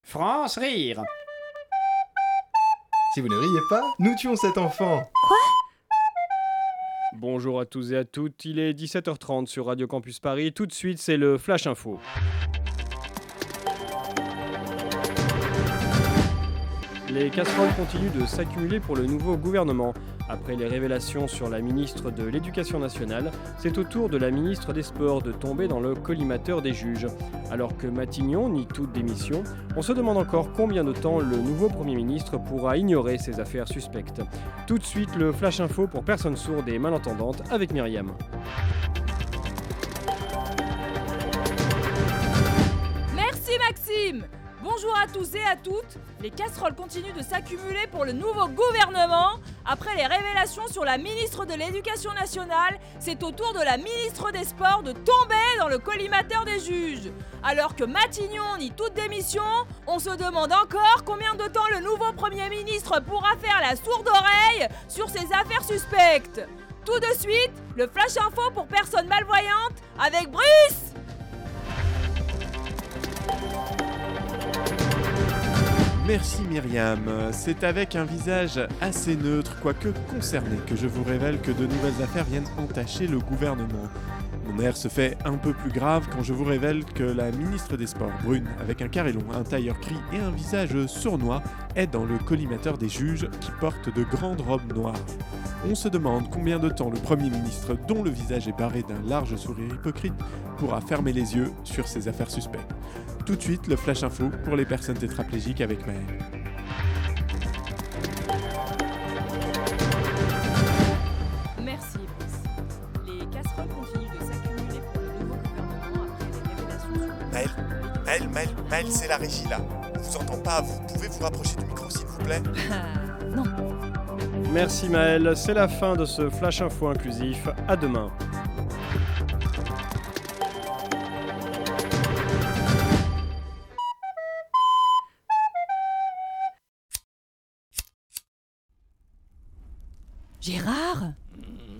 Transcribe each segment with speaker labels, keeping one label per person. Speaker 1: France rire.
Speaker 2: Si vous ne riez pas, nous tuons cet enfant.
Speaker 3: Bonjour à tous et à toutes, il est 17h30 sur Radio Campus Paris. Tout de suite, c'est le Flash Info. Les casseroles continuent de s'accumuler pour le nouveau gouvernement. Après les révélations sur la ministre de l'Éducation nationale, c'est au tour de la ministre des Sports de tomber dans le collimateur des juges. Alors que Matignon nie toute démission, on se demande encore combien de temps le nouveau Premier ministre pourra ignorer ces affaires suspectes. Tout de suite, le Flash Info pour personnes sourdes et malentendantes avec Myriam.
Speaker 4: Merci Maxime Bonjour à tous et à toutes Les casseroles continuent de s'accumuler pour le nouveau gouvernement. Après les révélations sur la ministre de l'Éducation nationale, c'est au tour de la ministre des Sports de tomber dans le collimateur des juges. Alors que Matignon nie toute démission, on se demande encore combien de temps le nouveau Premier ministre pourra faire la sourde oreille sur ces affaires suspectes. Tout de suite, le flash info pour personnes malvoyantes avec Bruce
Speaker 5: Merci Myriam. C'est avec un visage assez neutre, quoique concerné, que je vous révèle que de nouvelles affaires viennent entacher le gouvernement. Mon air se fait un peu plus grave quand je vous révèle que la ministre des Sports, Brune, avec un carré long, un tailleur gris et un visage sournois, est dans le collimateur des juges qui portent de grandes robes noires. On se demande combien de temps le Premier ministre, dont le visage est barré d'un large sourire hypocrite, pourra fermer les yeux sur ces affaires suspectes. Tout de suite, le flash info pour les personnes tétraplégiques avec Maël.
Speaker 4: Merci Bruce. Les casseroles continuent de s'accumuler pour le nouveau gouvernement après les révélations sur
Speaker 6: Maël, Maël, Maël, Maël, c'est la régie là. On vous entend pas, vous pouvez vous rapprocher du micro s'il vous plaît
Speaker 3: Merci Maël, c'est la fin de ce Flash Info inclusif. À demain.
Speaker 4: Gérard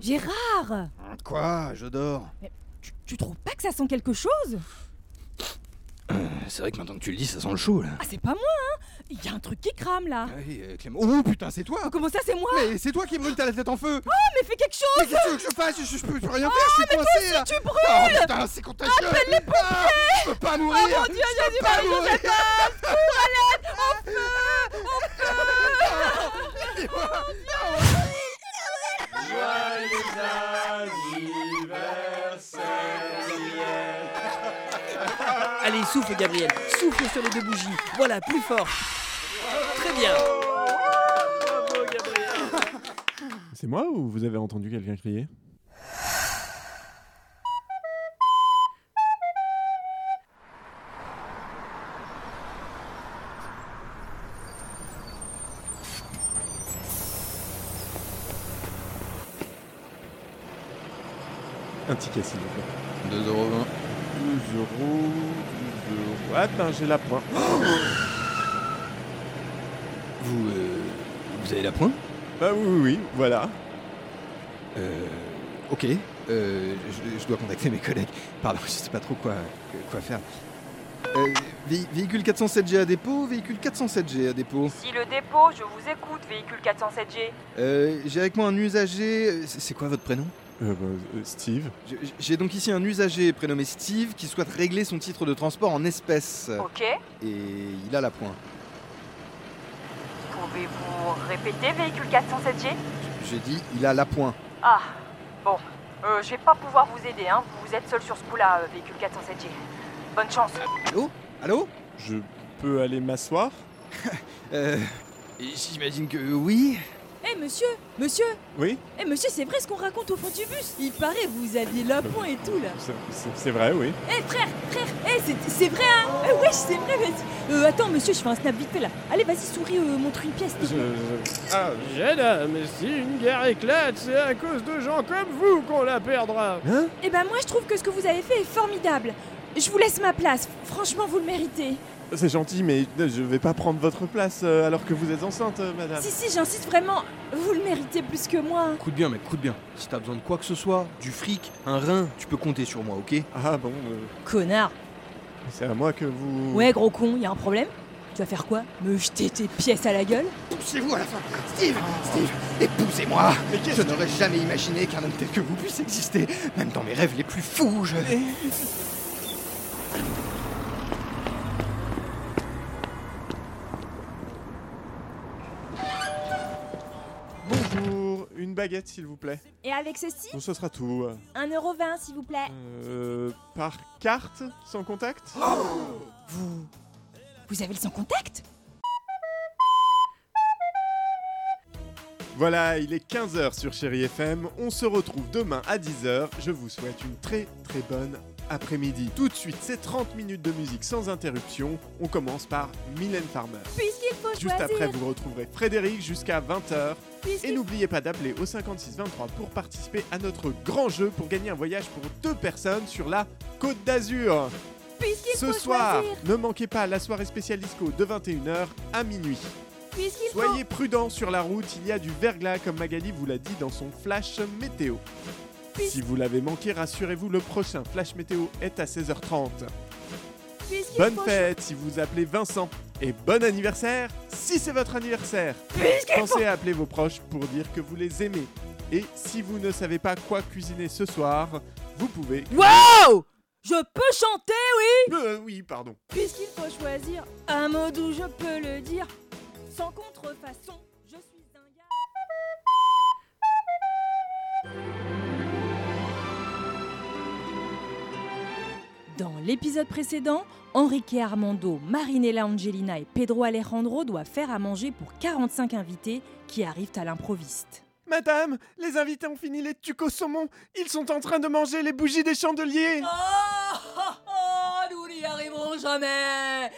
Speaker 4: Gérard
Speaker 7: Quoi Je dors.
Speaker 4: tu, tu trouves pas que ça sent quelque chose
Speaker 7: C'est vrai que maintenant que tu le dis, ça sent le chaud là.
Speaker 4: Ah, c'est pas moi, hein Il y a un truc qui crame là
Speaker 7: Oui, euh, Clément. Oh putain, c'est toi
Speaker 4: Comment ça, c'est moi
Speaker 7: Mais c'est toi qui brûle ta tête en feu
Speaker 4: Mais fais quelque chose
Speaker 7: Mais qu'est-ce que tu veux que je fasse je, je peux plus rien faire, je suis coincé là
Speaker 4: Tu brûles
Speaker 7: Oh putain, c'est contagieux Appelle les pompiers Ah, Je peux pas mourir
Speaker 4: Oh mon
Speaker 7: Je
Speaker 4: Dieu,
Speaker 7: peux
Speaker 4: Jésus,
Speaker 7: pas
Speaker 4: Marie,
Speaker 7: mourir
Speaker 4: Oh
Speaker 8: Allez, souffle, Gabriel. Souffle sur les deux bougies. Voilà, plus fort. Très bien.
Speaker 5: C'est moi ou vous avez entendu quelqu'un crier Un ticket, s'il vous plaît.
Speaker 2: 2,20€.
Speaker 5: 12 euros, 12 euros. Ah ben, j'ai la pointe.
Speaker 7: Vous, euh, vous avez la pointe
Speaker 5: Bah oui, oui, oui, voilà.
Speaker 7: Euh. Ok. Euh, je, je dois contacter mes collègues. Pardon, je sais pas trop quoi, quoi faire. Euh, vé- véhicule 407G à dépôt, véhicule 407G à dépôt.
Speaker 4: Si le dépôt, je vous écoute, véhicule 407G.
Speaker 7: Euh, j'ai avec moi un usager. euh, C'est c'est quoi votre prénom
Speaker 5: Euh, bah, euh, Steve
Speaker 7: Je- J'ai donc ici un usager prénommé Steve qui souhaite régler son titre de transport en espèces.
Speaker 4: Ok.
Speaker 7: Et il a la pointe.
Speaker 4: Pouvez-vous répéter, véhicule 407G
Speaker 7: J'ai dit, il a la pointe.
Speaker 4: Ah, bon. Euh, je vais pas pouvoir vous aider, hein. Vous êtes seul sur ce coup-là, euh, véhicule 407G. Bonne chance.
Speaker 7: Allô Allô
Speaker 5: Je peux aller m'asseoir
Speaker 7: Euh. J'imagine que oui.
Speaker 4: Eh monsieur, monsieur
Speaker 5: Oui
Speaker 4: Eh monsieur, c'est vrai ce qu'on raconte au fond du bus Il paraît vous aviez la
Speaker 5: pointe
Speaker 4: et tout là
Speaker 5: C'est- c'est- C'est vrai, oui.
Speaker 4: Eh frère, frère, eh c'est- c'est vrai hein Eh wesh, c'est vrai, vas-y Euh, Attends monsieur, je fais un snap vite fait là Allez, vas-y, souris, euh, montre une pièce
Speaker 3: Je- je- Ah, Jeanne, mais si une guerre éclate, c'est à cause de gens comme vous qu'on la perdra.
Speaker 5: Hein
Speaker 4: Eh ben moi, je trouve que ce que vous avez fait est formidable Je vous laisse ma place, franchement, vous le méritez
Speaker 5: C'est gentil, mais je vais pas prendre votre place euh, alors que vous êtes enceinte, euh, madame.
Speaker 4: Si, si, j'insiste vraiment, vous le méritez plus que moi hein.
Speaker 9: Coûte bien, mec, coûte bien. Si t'as besoin de quoi que ce soit, du fric, un rein, tu peux compter sur moi, ok
Speaker 5: Ah bon, euh,
Speaker 4: Connard
Speaker 5: c'est à moi que vous...
Speaker 4: Ouais, gros con, y a un problème Tu vas faire quoi Me jeter tes pièces à la gueule
Speaker 7: Poussez-vous à la fin Steve Steve Épousez-moi Je n'aurais jamais imaginé qu'un homme tel que vous puisse exister, même dans mes rêves les plus fous, je...
Speaker 5: Bonjour, une baguette s'il vous plaît.
Speaker 4: Et avec ceci,
Speaker 5: Bon, ce sera tout.
Speaker 4: 1,20€ s'il vous plaît.
Speaker 5: Euh, par carte, sans contact
Speaker 4: Vous. Vous avez le sans contact
Speaker 5: Voilà, il est 15h sur Chéri FM. On se retrouve demain à 10h. Je vous souhaite une très très bonne après-midi. Tout de suite, c'est 30 minutes de musique sans interruption. On commence par Mylène Farmer.
Speaker 4: Puisqu'il faut
Speaker 5: Juste
Speaker 4: choisir.
Speaker 5: après, vous retrouverez Frédéric jusqu'à 20h. Et
Speaker 4: Puisqu'il
Speaker 5: n'oubliez pas d'appeler au 5623 pour participer à notre grand jeu pour gagner un voyage pour deux personnes sur la Côte d'Azur.
Speaker 4: puisqu'il
Speaker 5: Ce
Speaker 4: faut
Speaker 5: soir,
Speaker 4: choisir.
Speaker 5: ne manquez pas la soirée spéciale disco de 21h à minuit.
Speaker 4: Puisqu'il faut.
Speaker 5: Soyez prudents sur la route, il y a du verglas comme Magali vous l'a dit dans son flash météo. Si vous l'avez manqué, rassurez-vous, le prochain flash météo est à 16h30.
Speaker 4: Puisqu'il
Speaker 5: Bonne
Speaker 4: faut.
Speaker 5: fête si vous appelez Vincent et bon anniversaire si c'est votre anniversaire. Pensez à appeler vos proches pour dire que vous les aimez. Et si vous ne savez pas quoi cuisiner ce soir, vous pouvez...
Speaker 4: Wow Je peux chanter, oui
Speaker 5: Euh, oui, pardon.
Speaker 4: Puisqu'il faut choisir un mot d'où je peux le dire. Sans contrefaçon, je suis un gars. Dans l'épisode précédent, Enrique Armando, Marinella Angelina et Pedro Alejandro doivent faire à manger pour 45 invités qui arrivent à l'improviste.
Speaker 5: Madame, les invités ont fini les tucs au saumon. Ils sont en train de manger les bougies des chandeliers.
Speaker 4: Oh, nous n'y arriverons jamais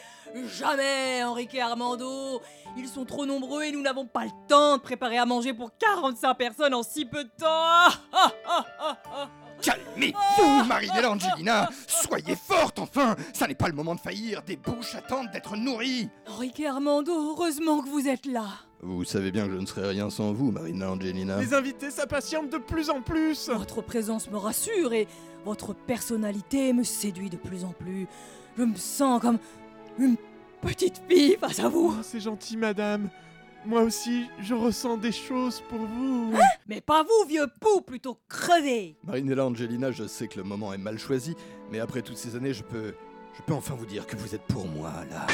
Speaker 4: Jamais, Enrique et Armando Ils sont trop nombreux et nous n'avons pas le temps de préparer à manger pour 45 personnes en si peu de temps
Speaker 7: Calmez-vous, Marinella Angelina Soyez forte, enfin Ça n'est pas le moment de faillir, des bouches attendent d'être nourries
Speaker 4: Enrique et Armando, heureusement que vous êtes là
Speaker 2: Vous savez bien que je ne serais rien sans vous, Marina
Speaker 7: Hein
Speaker 2: Angelina.
Speaker 5: Les invités s'impatientent de plus en plus.
Speaker 4: Votre présence me rassure et votre personnalité me séduit de plus en plus. Je me sens comme une petite fille face à vous.
Speaker 5: Oh, c'est gentil, madame. Moi aussi, je ressens des choses pour vous.
Speaker 4: Mais pas vous, vieux pou, plutôt crevé
Speaker 2: Marinella Angelina, je sais que le moment est mal choisi, mais après toutes ces années, je peux. Je peux enfin vous dire que vous êtes pour moi, là.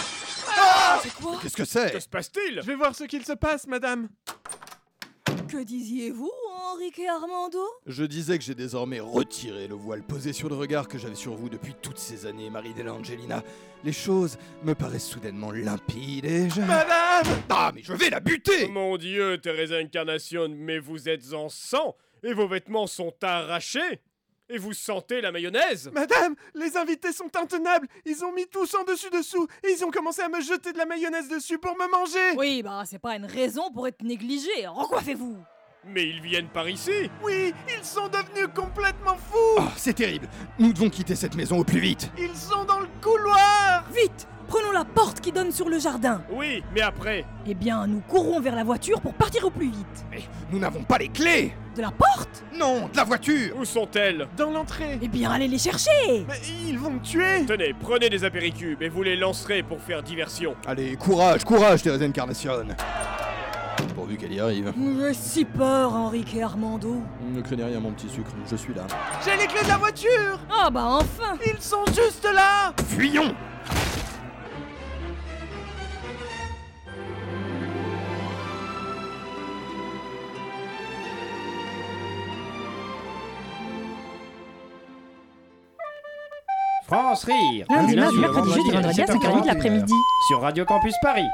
Speaker 4: C'est quoi
Speaker 2: Qu'est-ce que c'est
Speaker 3: se passe-t-il
Speaker 5: Je vais voir ce qu'il se passe, madame.
Speaker 4: Que disiez-vous, Enrique et Armando
Speaker 2: Je disais que j'ai désormais retiré le voile posé sur le regard que j'avais sur vous depuis toutes ces années, Marinella Angelina. Les choses me paraissent soudainement limpides et je.
Speaker 5: Madame
Speaker 2: Ah, mais je vais la buter
Speaker 3: Mon dieu, Thérèse Incarnation, mais vous êtes en sang et vos vêtements sont arrachés et vous sentez la mayonnaise
Speaker 5: Madame, les invités sont intenables. Ils ont mis tous en dessus-dessous et ils ont commencé à me jeter de la mayonnaise dessus pour me manger.
Speaker 4: Oui, bah c'est pas une raison pour être négligé. hein. Recoiffez-vous
Speaker 3: Mais ils viennent par ici
Speaker 5: Oui, ils sont devenus complètement fous.
Speaker 2: Oh, c'est terrible Nous devons quitter cette maison au plus vite
Speaker 5: Ils sont dans le couloir.
Speaker 4: Vite Prenons la porte qui donne sur le jardin.
Speaker 3: Oui, mais après
Speaker 4: Eh bien, nous courons vers la voiture pour partir au plus vite.
Speaker 7: Nous n'avons pas les clés
Speaker 4: De la porte
Speaker 7: Non, de la voiture
Speaker 3: Où sont-elles
Speaker 5: Dans l'entrée.
Speaker 4: Eh bien, allez les chercher
Speaker 5: Mais ils vont me tuer.
Speaker 3: Tenez, prenez des apéricubes et vous les lancerez pour faire diversion.
Speaker 2: Allez, courage, courage, Thérèse Incarnation Pourvu qu'elle y arrive.
Speaker 4: J'ai si peur, Enrique et Armando.
Speaker 2: Ne craignez rien, mon petit sucre, je suis là.
Speaker 5: J'ai les clés de la voiture.
Speaker 4: Ah bah enfin
Speaker 5: Ils sont juste là.
Speaker 7: Fuyons
Speaker 3: France Rire
Speaker 2: Lundi, mardi, mercredi, jeudi, vendredi, à
Speaker 3: 17h30,
Speaker 2: l'après-midi.
Speaker 3: Sur Radio Campus Paris